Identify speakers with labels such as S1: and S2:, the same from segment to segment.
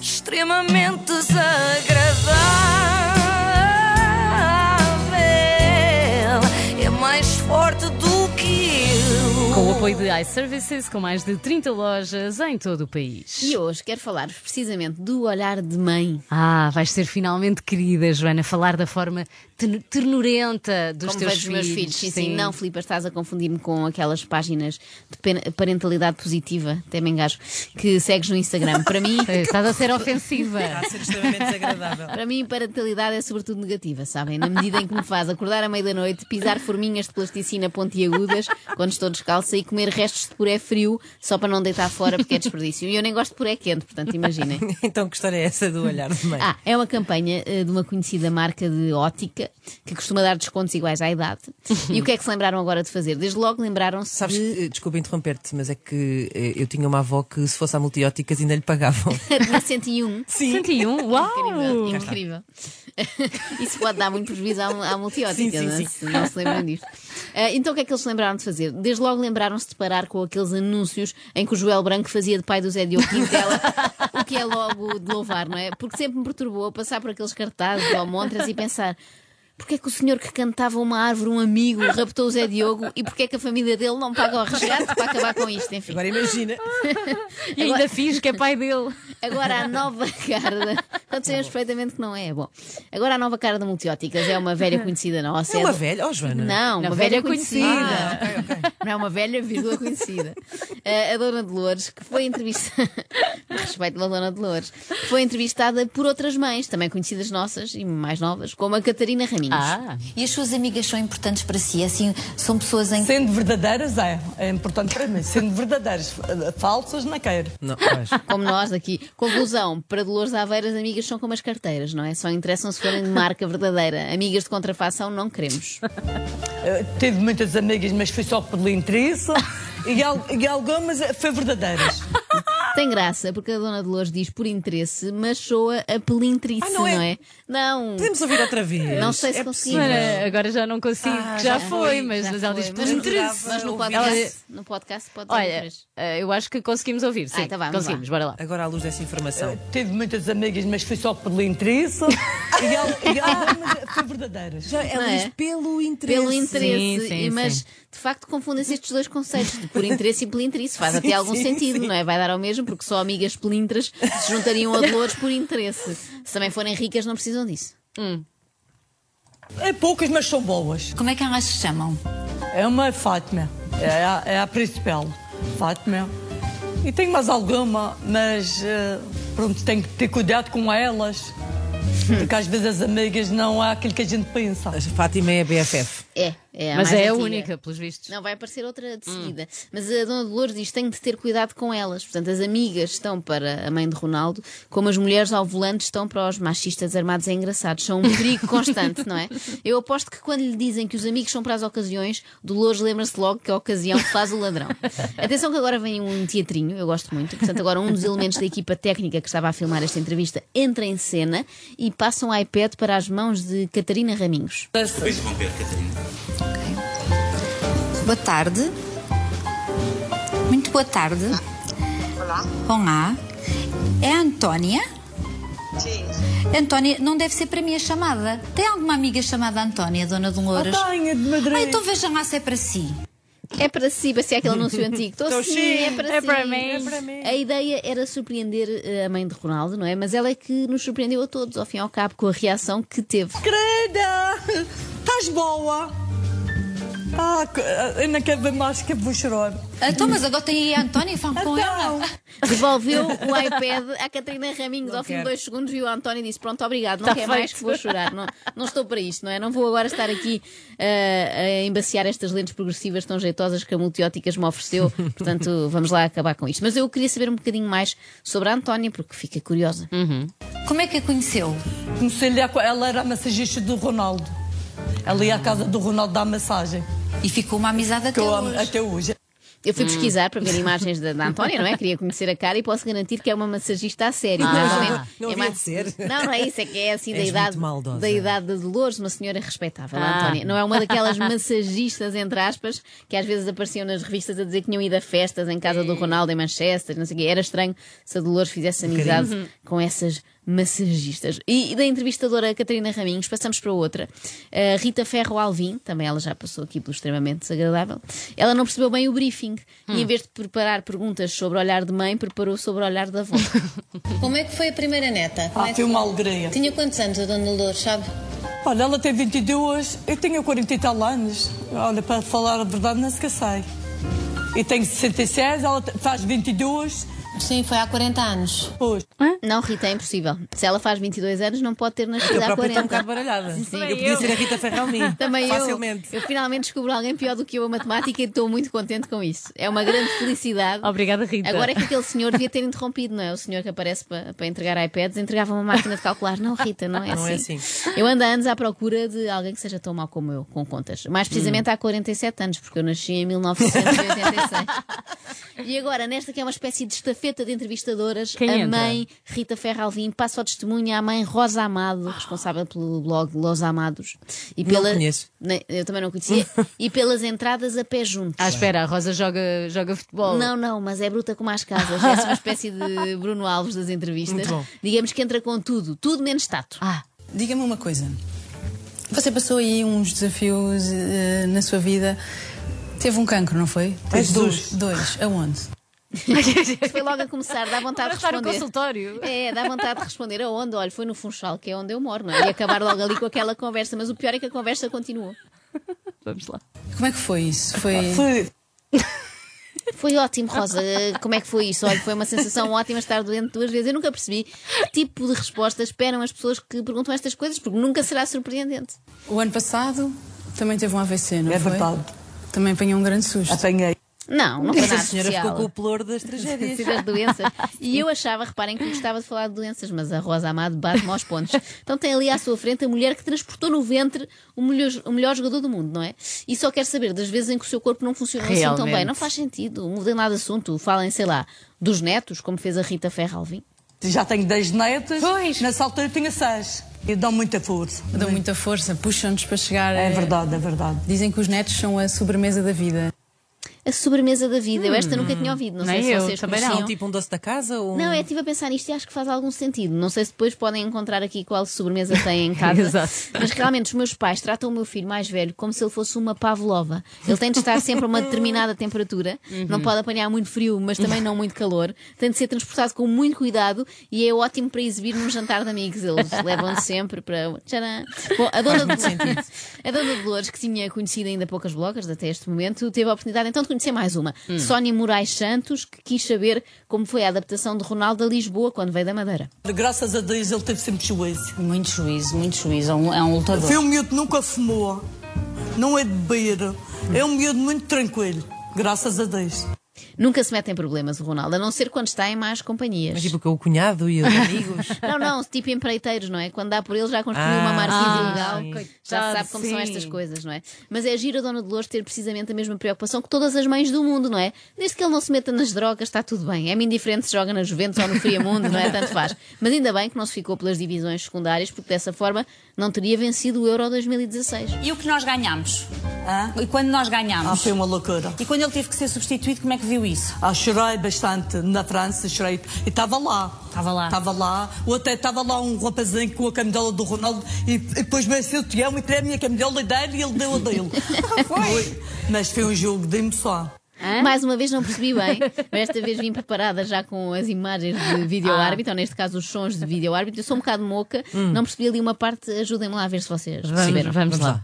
S1: extremamente desagradável. É mais forte do que eu.
S2: Com o apoio de iServices, com mais de 30 lojas em todo o país.
S3: E hoje quero falar-vos precisamente do olhar de mãe.
S2: Ah, vais ser finalmente querida, Joana, falar da forma ten- ternurenta dos
S3: Como
S2: teus
S3: vejo os
S2: filhos.
S3: meus filhos, sim, sim. Não, Filipe, estás a confundir-me com aquelas páginas de pen- parentalidade positiva, até me engasgo, que segues no Instagram. Para mim,
S2: Estás a ser ofensiva.
S4: Está a ser extremamente desagradável.
S3: Para mim, parentalidade é sobretudo negativa, sabem? Na medida em que me faz acordar à meia-da-noite, pisar forminhas de plasticina pontiagudas quando estou descalça e comer restos de puré frio só para não deitar fora porque é desperdício. E eu nem gosto de puré quente, portanto, imaginem.
S4: Então, que história é essa do olhar de mãe?
S3: Ah, é uma campanha eh, de uma conhecida marca de ótica que costuma dar descontos iguais à idade. E o que é que se lembraram agora de fazer? Desde logo lembraram-se
S4: Sabes
S3: de...
S4: que, eh, desculpa interromper-te, mas é que eh, eu tinha uma avó que se fosse à multióticas ainda lhe pagavam.
S3: Tinha 101.
S4: Sim.
S2: 101? Uau!
S3: Incrível, incrível. Isso pode dar muito prejuízo à, à multiótica,
S4: Sim, sim,
S3: não, é?
S4: sim.
S3: Se não se lembram disto. Ah, então o que é que eles se lembraram de fazer? Desde logo lembraram-se de parar com aqueles anúncios em que o Joel Branco fazia de pai do Zé Diogo Quintela, o que é logo de louvar, não é? Porque sempre me perturbou passar por aqueles cartazes ou montras e pensar. Porquê é que o senhor que cantava uma árvore, um amigo, raptou o Zé Diogo e porquê é que a família dele não paga o resgate para acabar com isto? Enfim.
S4: Agora imagina.
S2: E ainda fiz que é pai dele.
S3: Agora a nova cara da. Quando sabemos perfeitamente que não é. Bom, agora a nova cara da Multióticas é uma velha conhecida nossa.
S4: É uma
S3: do-
S4: velha, ó Joana.
S3: Não,
S2: Não,
S3: uma
S2: velha
S3: velha,
S2: conhecida.
S3: conhecida. Não é uma velha, vírgula conhecida. Eh, a Dona Dolores, que foi entrevistada. Respeito pela Dona Dolores. que Foi entrevistada por outras mães, também conhecidas nossas e mais novas, como a Catarina Raminhos.
S2: Ah,
S5: E as suas amigas são importantes para si? É Assim, são pessoas em
S6: Sendo verdadeiras é, é importante para mim. Sendo verdadeiras, eh, falsas não quero.
S4: Não, pois.
S3: Como nós aqui. Conclusão: para Dolores Aveira, as amigas são como as carteiras, não é? Só interessam se forem de marca verdadeira. Amigas de contrafação não queremos.
S6: Eh, Tive muitas amigas, mas foi só por interesse. E, al- e algumas eh, foi verdadeiras.
S3: Tem graça, porque a Dona Dolores diz por interesse, mas soa a pelintrice,
S4: Ah,
S3: não,
S4: não é?
S3: é? Não.
S4: Podemos ouvir outra vez.
S3: Não sei se
S4: é
S3: consigo.
S4: possível.
S2: Ora, agora já não consigo,
S4: Ah,
S2: já,
S4: já
S2: foi, mas,
S3: Já
S2: mas ela
S3: foi,
S2: diz por
S3: mas-
S2: interesse.
S3: Mas no
S4: Ela-
S3: podcast, no podcast pode dizer
S2: Olha,
S3: interesse.
S2: eh, eu acho que conseguimos ouvir, sim.
S3: então vá, vamos
S2: conseguimos, bora lá.
S4: Agora, à luz dessa informação.
S6: Tive muitas amigas, mas foi só por interesse. E, al- e algumas eh, foi verdadeiras.
S4: Já, ela
S3: Não é?
S4: diz pelo interesse.
S3: Pelo interesse,
S2: Sim, sim,
S3: e- mas
S2: sim.
S3: de facto confundem-se estes dois conceitos, de por interesse e pelintrice. Faz até algum
S4: sim,
S3: sentido, não é? Vai dar ao mesmo, porque só amigas pelintras se juntariam a Dolores por interesse. Se também forem ricas, não precisam disso.
S6: É poucas, mas são boas.
S5: Como é que elas se chamam?
S6: É uma é Fátima, é a, é a principal. Fátima. E tenho mais alguma, mas eh, pronto, tenho que ter cuidado com elas. Porque às vezes as amigas não é aquilo que a gente pensa.
S4: A Fátima é a BFF.
S3: É, é a
S2: Mas
S3: mais
S2: é a
S3: antiga.
S2: única, pelos vistos.
S3: Não, vai aparecer outra de seguida. Mas a Dona Dolores diz que tem de ter cuidado com elas. Portanto, as amigas estão para a mãe de Ronaldo, como as mulheres ao volante estão para os machistas armados e engraçados. São um perigo constante, não é? Eu aposto que quando lhe dizem que os amigos são para as ocasiões, Dolores lembra-se logo que a ocasião faz o ladrão. Atenção que agora vem um teatrinho, eu gosto muito. Portanto, agora um dos elementos da equipa técnica que estava a filmar esta entrevista entra em cena e passa um iPad para as mãos de Catarina Raminhos.
S7: Pois vão ver, Catarina.
S5: Boa tarde. Muito boa tarde.
S8: Ah. Olá.
S5: Olá. É a Antónia?
S8: Sim.
S5: Antónia, não deve ser para mim a chamada. Tem alguma amiga chamada Antónia, Dona Dolores?
S6: Ah, tenho, de Madrid.
S5: Ah, então vejam lá se é para si.
S3: É para si, parecia aquele anúncio antigo. Estou sim, é para
S2: é
S3: si.
S2: para mim. É
S3: para mim. A ideia era surpreender eh, a mãe de Ronaldo, não é? Mas ela é que nos surpreendeu a todos, ao fim e ao cabo, com a reação que teve.
S6: Querida, estás boa? Ah, que- eu não quero ver mais que eu vou chorar.
S5: Ah, Então, mas agora tem aí a Antónia e falam com ela.
S6: Então,
S3: Devolveu o iPad à Catarina Raminhos ao fim de
S4: quero.
S3: dois segundos, viu o António e disse: Pronto, obrigado, não
S2: Tá
S3: quer mais
S2: feito.
S3: que vou chorar. Não, não estou para isto, não é? Não vou agora estar aqui eh, a embaciar estas lentes progressivas tão jeitosas que a Multióticas me ofereceu. Portanto, vamos lá acabar com isto. Mas eu queria saber um bocadinho mais sobre a Antónia, porque fiquei curiosa.
S5: Como é que a conheceu?
S6: comecei-lhe a... Ela era a massagista do Ronaldo. Ela ia à casa do Ronaldo dar massagem.
S5: E ficou uma amizade até
S6: Que eu amo
S5: hoje.
S6: até hoje.
S3: Eu fui pesquisar para ver imagens da, da Antónia, não é? Queria conhecer a cara e posso garantir que é uma massagista a sério. Normalmente
S4: Ah. não
S3: é
S4: havia de ser.
S3: Não, não é isso, é que é assim da
S4: És muito
S3: idade,
S4: maldosa.
S3: da idade de Dolores, uma senhora respeitável, a
S2: Ah.
S3: Antónia. Não é uma daquelas massagistas, entre aspas, que às vezes apareciam nas revistas a dizer que tinham ido a festas em casa do Ronaldo em Manchester, não sei o quê. Era estranho se a Dolores fizesse amizade com essas massagistas. E, e da entrevistadora Catarina Raminhos, passamos para outra. A Rita Ferro Alvim, também ela já passou aqui pelo extremamente desagradável. Ela não percebeu bem o briefing e em vez de preparar perguntas sobre o olhar de mãe, preparou sobre o olhar da avó.
S7: Como é que foi a primeira neta? Como é
S6: Ah,
S7: que
S6: foi uma alegria.
S7: Tinha quantos anos a Dona Lourdes, sabe?
S6: Olha, ela tem 22, eu tenho 40 e tal anos. Olha, para falar a verdade, não sequer sei. E tenho 66, ela te- faz 22.
S7: Sim, foi há 40 anos.
S6: Pois,
S3: Não, Rita, é impossível. Se ela faz 22 anos, não pode ter
S4: Eu
S3: nascido há
S4: própria estou um
S3: 40.
S4: bocado baralhada.
S3: Sim,
S4: eu podia ser a Rita Ferralmin.
S3: Também
S4: facilmente.
S3: eu. Eu finalmente descobri alguém pior do que eu a matemática e estou muito contente com isso. É uma grande felicidade.
S2: Obrigada, Rita.
S3: Agora é que aquele senhor devia ter interrompido, não é? O senhor que aparece para, para entregar iPads entregava uma máquina de calcular. Não, Rita, não é
S4: Não é
S3: assim. Eu ando há anos à procura de alguém que seja tão mau como eu, com contas. Mais precisamente há 47 anos, porque eu nasci em 1986. e agora, nesta que é uma espécie de estafeta de entrevistadoras,
S2: Quem
S3: a
S2: entra?
S3: mãe Rita Ferralvim passa o testemunho à mãe Rosa Amado, responsável pelo blog Los Amados. E pela...
S4: conheço.
S3: Ne- Eu também não conhecia. e pelas entradas a pé juntos.
S2: Ah, espera, a Rosa joga, joga futebol.
S3: Não, não, mas é bruta como as casas. É uma espécie de Bruno Alves das entrevistas. Digamos que entra com tudo, tudo menos tato.
S2: Ah,
S9: Diga-me uma coisa. Você passou aí uns desafios eh, na sua vida. Teve um cancro, não foi?
S4: Teve dois.
S9: Dois. Aonde?
S3: Foi logo a começar, dá vontade de
S2: Para estar no
S3: responder.
S2: consultório.
S3: É, dá vontade de responder aonde? Olha, foi no Funchal, que é onde eu moro, não é? E acabar logo ali com aquela conversa, mas o pior é que a conversa continuou.
S2: vamos lá.
S9: Como é que foi isso? Foi.
S6: foi,
S3: Foi ótimo, Rosa. Como é que foi isso? Olha, foi uma sensação ótima estar doente duas vezes. Eu nunca percebi que tipo de resposta esperam as pessoas que perguntam estas coisas, porque nunca será surpreendente.
S9: O ano passado também teve um AVC, não
S6: É
S9: foi?
S6: verdade.
S9: Também apanhou um grande susto.
S6: apanhei.
S3: Não, não foi nada
S4: Essa senhora
S3: especial.
S4: ficou com o plor das tragédias.
S3: das doenças. E eu achava, reparem, que gostava de falar de doenças, mas a Rosa Amado bate-me aos pontos. Então tem ali à sua frente a mulher que transportou no ventre o melhor, o melhor jogador do mundo, não é? E só quer saber das vezes em que o seu corpo não funcionou assim tão
S2: Realmente.
S3: bem. Não faz sentido. Mudem lá de assunto. Falem, sei lá, dos netos, como fez a Rita Ferralvim.
S6: Já tenho 10 netas.
S9: Pois.
S6: Nessa altura tinha 6. E dão muita força.
S9: Dão muita força, puxam-nos para chegar.
S6: É
S9: eh,
S6: verdade, é verdade.
S9: Dizem que os netos são a sobremesa da vida.
S3: A sobremesa da vida. eu esta nunca tinha ouvido. Não
S2: Hum, nem
S3: sei se
S2: eu,
S3: vocês
S2: também não.
S3: conheciam.
S4: São tipo um doce da casa? Ou... um-
S3: Não, eu estive a pensar nisto e acho que faz algum sentido. Não sei se depois podem encontrar aqui qual sobremesa têm em casa.
S2: Exato.
S3: Mas realmente os meus pais tratam o meu filho mais velho como se ele fosse uma pavlova. Ele tem de estar sempre a uma determinada temperatura, não pode apanhar muito frio, mas também não muito calor. Tem de ser transportado com muito cuidado e é ótimo para exibir num jantar de amigos. Eles levam-no sempre para. Tcharam! Bom, a dona, de... a dona Dolores, que tinha conhecido ainda poucas blogas até este momento, teve a oportunidade então de conhecer mais uma. Sónia Moraes Santos, que quis saber como foi a adaptação de Ronaldo a Lisboa quando veio da Madeira.
S6: Graças a Deus ele teve sempre juízo.
S7: Muito juízo, muito juízo. É um, é um lutador.
S6: Foi um miúdo que nunca fumou. Não é de beber. É um miúdo muito tranquilo. Graças a Deus.
S3: Nunca se mete em problemas o Ronaldo, a não ser quando está em más companhias.
S4: Mas tipo com o cunhado e os amigos.
S3: Não, não, tipo empreiteiros, não é? Quando dá por ele já construiu uma
S4: Ah,
S3: marca
S2: sim.
S3: individual.
S2: Ah,
S3: Já se
S2: coitado,
S3: sabe como são
S2: sim.
S3: estas coisas, não é? Mas é giro a Dona Dolores ter precisamente a mesma preocupação que todas as mães do mundo, não é? Desde que ele não se meta nas drogas, está tudo bem. É-me indiferente se joga na Juventus ou no Friamundo, não é? Tanto faz. Mas ainda bem que não se ficou pelas divisões secundárias, porque dessa forma não teria vencido o Euro 2016.
S7: E o que nós ganhámos?
S6: Hã?
S7: E quando nós
S6: Ah,
S7: ganhámos?
S6: foi uma loucura.
S7: E quando ele teve que ser substituído, como é que viu isso?
S6: Ah, chorei bastante na França, chorei. E estava lá.
S7: Estava lá.
S6: Estava lá. Ou até estava lá um rapazinho com a camisola do Ronaldo e, e depois veio o Tião e tirei a minha camisola e dei-lhe e ele deu a dele. foi. Mas foi um jogo de emoção.
S3: Mais uma vez não percebi bem, mas esta vez vim preparada já com as imagens de
S2: Ah.
S3: vídeo-árbitro, ou neste caso os sons de vídeo-árbitro. Eu sou um bocado moca, não percebi ali uma parte, ajudem-me lá a ver se vocês
S2: Hum. Vamos,
S3: perceberam.
S2: vamos lá.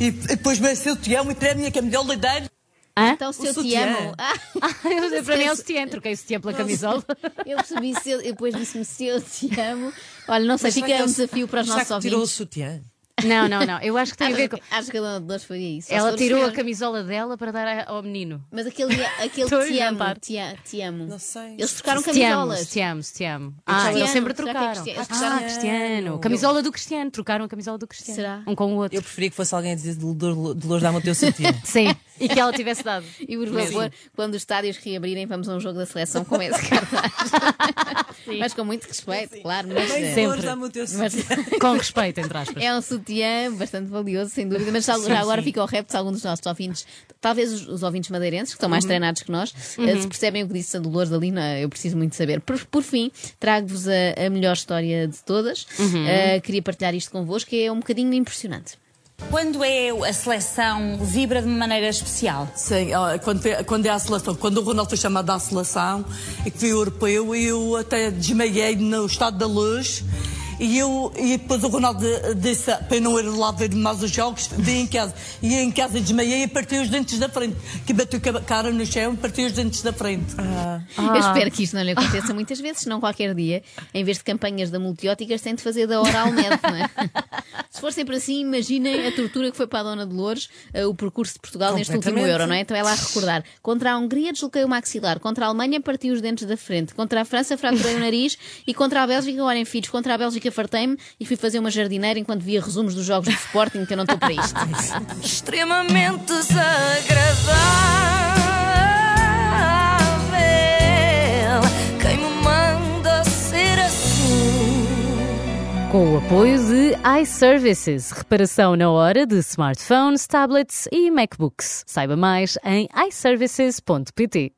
S6: E, e depois veio o Tião e tirei a minha camisola e dei-lhe.
S3: Então, se eu te
S4: sutiã.
S3: amo. Ah,
S2: Para mim é o sutiã, troquei o sutiã pela camisola.
S3: eu percebi, se eu, eu depois disse-me se eu te amo. Olha, não sei,
S4: Mas será
S3: fica
S4: que
S3: um
S4: ele-
S3: desafio para os
S4: será
S3: nossos
S4: que tirou o
S3: ouvintes.
S4: sutiã.
S2: Não, não, não. Eu acho que tem a ver
S3: Acho,
S2: com.
S3: que- acho que a dona Dolores faria isso. Ou se
S2: Ela
S3: for
S2: tirou a
S3: desfilar.
S2: camisola dela para dar a- ao menino.
S3: Mas aquele, aquele
S2: Estou a
S3: te, amo,
S2: inventar.
S3: te, a- te amo.
S4: Não sei.
S3: Eles trocaram
S2: Se te amo,
S3: camisolas.
S2: se te amo, se te amo. Ah,
S3: Cristiano,
S2: eles sempre
S3: será que é
S2: trocaram.
S3: Cristiano? Eles
S2: Ah,
S3: trocaram-
S2: Cristiano. Camisola do Cristiano. Trocaram a camisola do Cristiano.
S3: Será?
S2: Um com o outro.
S4: Eu preferia que fosse alguém a dizer Dolores da Ama o teu sutiã.
S2: Sim. E que ela tivesse dado.
S3: E por favor, quando os estádios reabrirem, vamos a um jogo da seleção com esse cartaz. mas com muito respeito, claro. Mas, eh,
S4: é.
S2: Sempre.
S4: dá-me o teu
S3: mas
S2: Com respeito, entre aspas.
S3: é um sutiã bastante valioso, sem dúvida. Mas já, já agora fica o repto se algum dos nossos ouvintes, talvez os, os ouvintes madeirenses, que estão mais treinados que nós, eh, se percebem o que disse a Dolores ali, na- eu preciso muito saber. Por, por fim, trago-vos a, a melhor história de todas. Eh, queria partilhar isto convosco, que é um bocadinho impressionante.
S7: Quando é a seleção, vibra de uma maneira especial.
S6: Sim, ah, quando, é- quando é a seleção, quando o Ronaldo foi chamado à seleção e que veio o europeu, eu até desmaiei no estado da luz. E, eu, e depois o Ronaldo disse para eu não ir lá ver mais os jogos, vim em casa. E em casa desmaiei e parti os dentes da frente. Que bateu com a cara no chão e parti os dentes da frente.
S3: Eu espero que isto não lhe aconteça muitas vezes, senão qualquer dia, em vez de campanhas da multióticas, tem de fazer da oral net, não é? Se for sempre assim, imaginem a tortura que foi para a Dona Dolores eh, o percurso de Portugal neste último
S4: Completamente.
S3: euro, não é? Então é lá a recordar. Contra a Hungria desloquei o maxilar, contra a Alemanha parti os dentes da frente, contra a França fraturei o nariz e contra a Bélgica, olhem filhos, contra a Bélgica fartei-me e fui fazer uma jardineira enquanto via resumos dos jogos do Sporting, que eu não estou para isto.
S1: extremamente desagradável. Quem me manda ser assim?
S2: É. Com o apoio de iServices, reparação na hora de smartphones, tablets e MacBooks. Saiba mais em iServices.pt.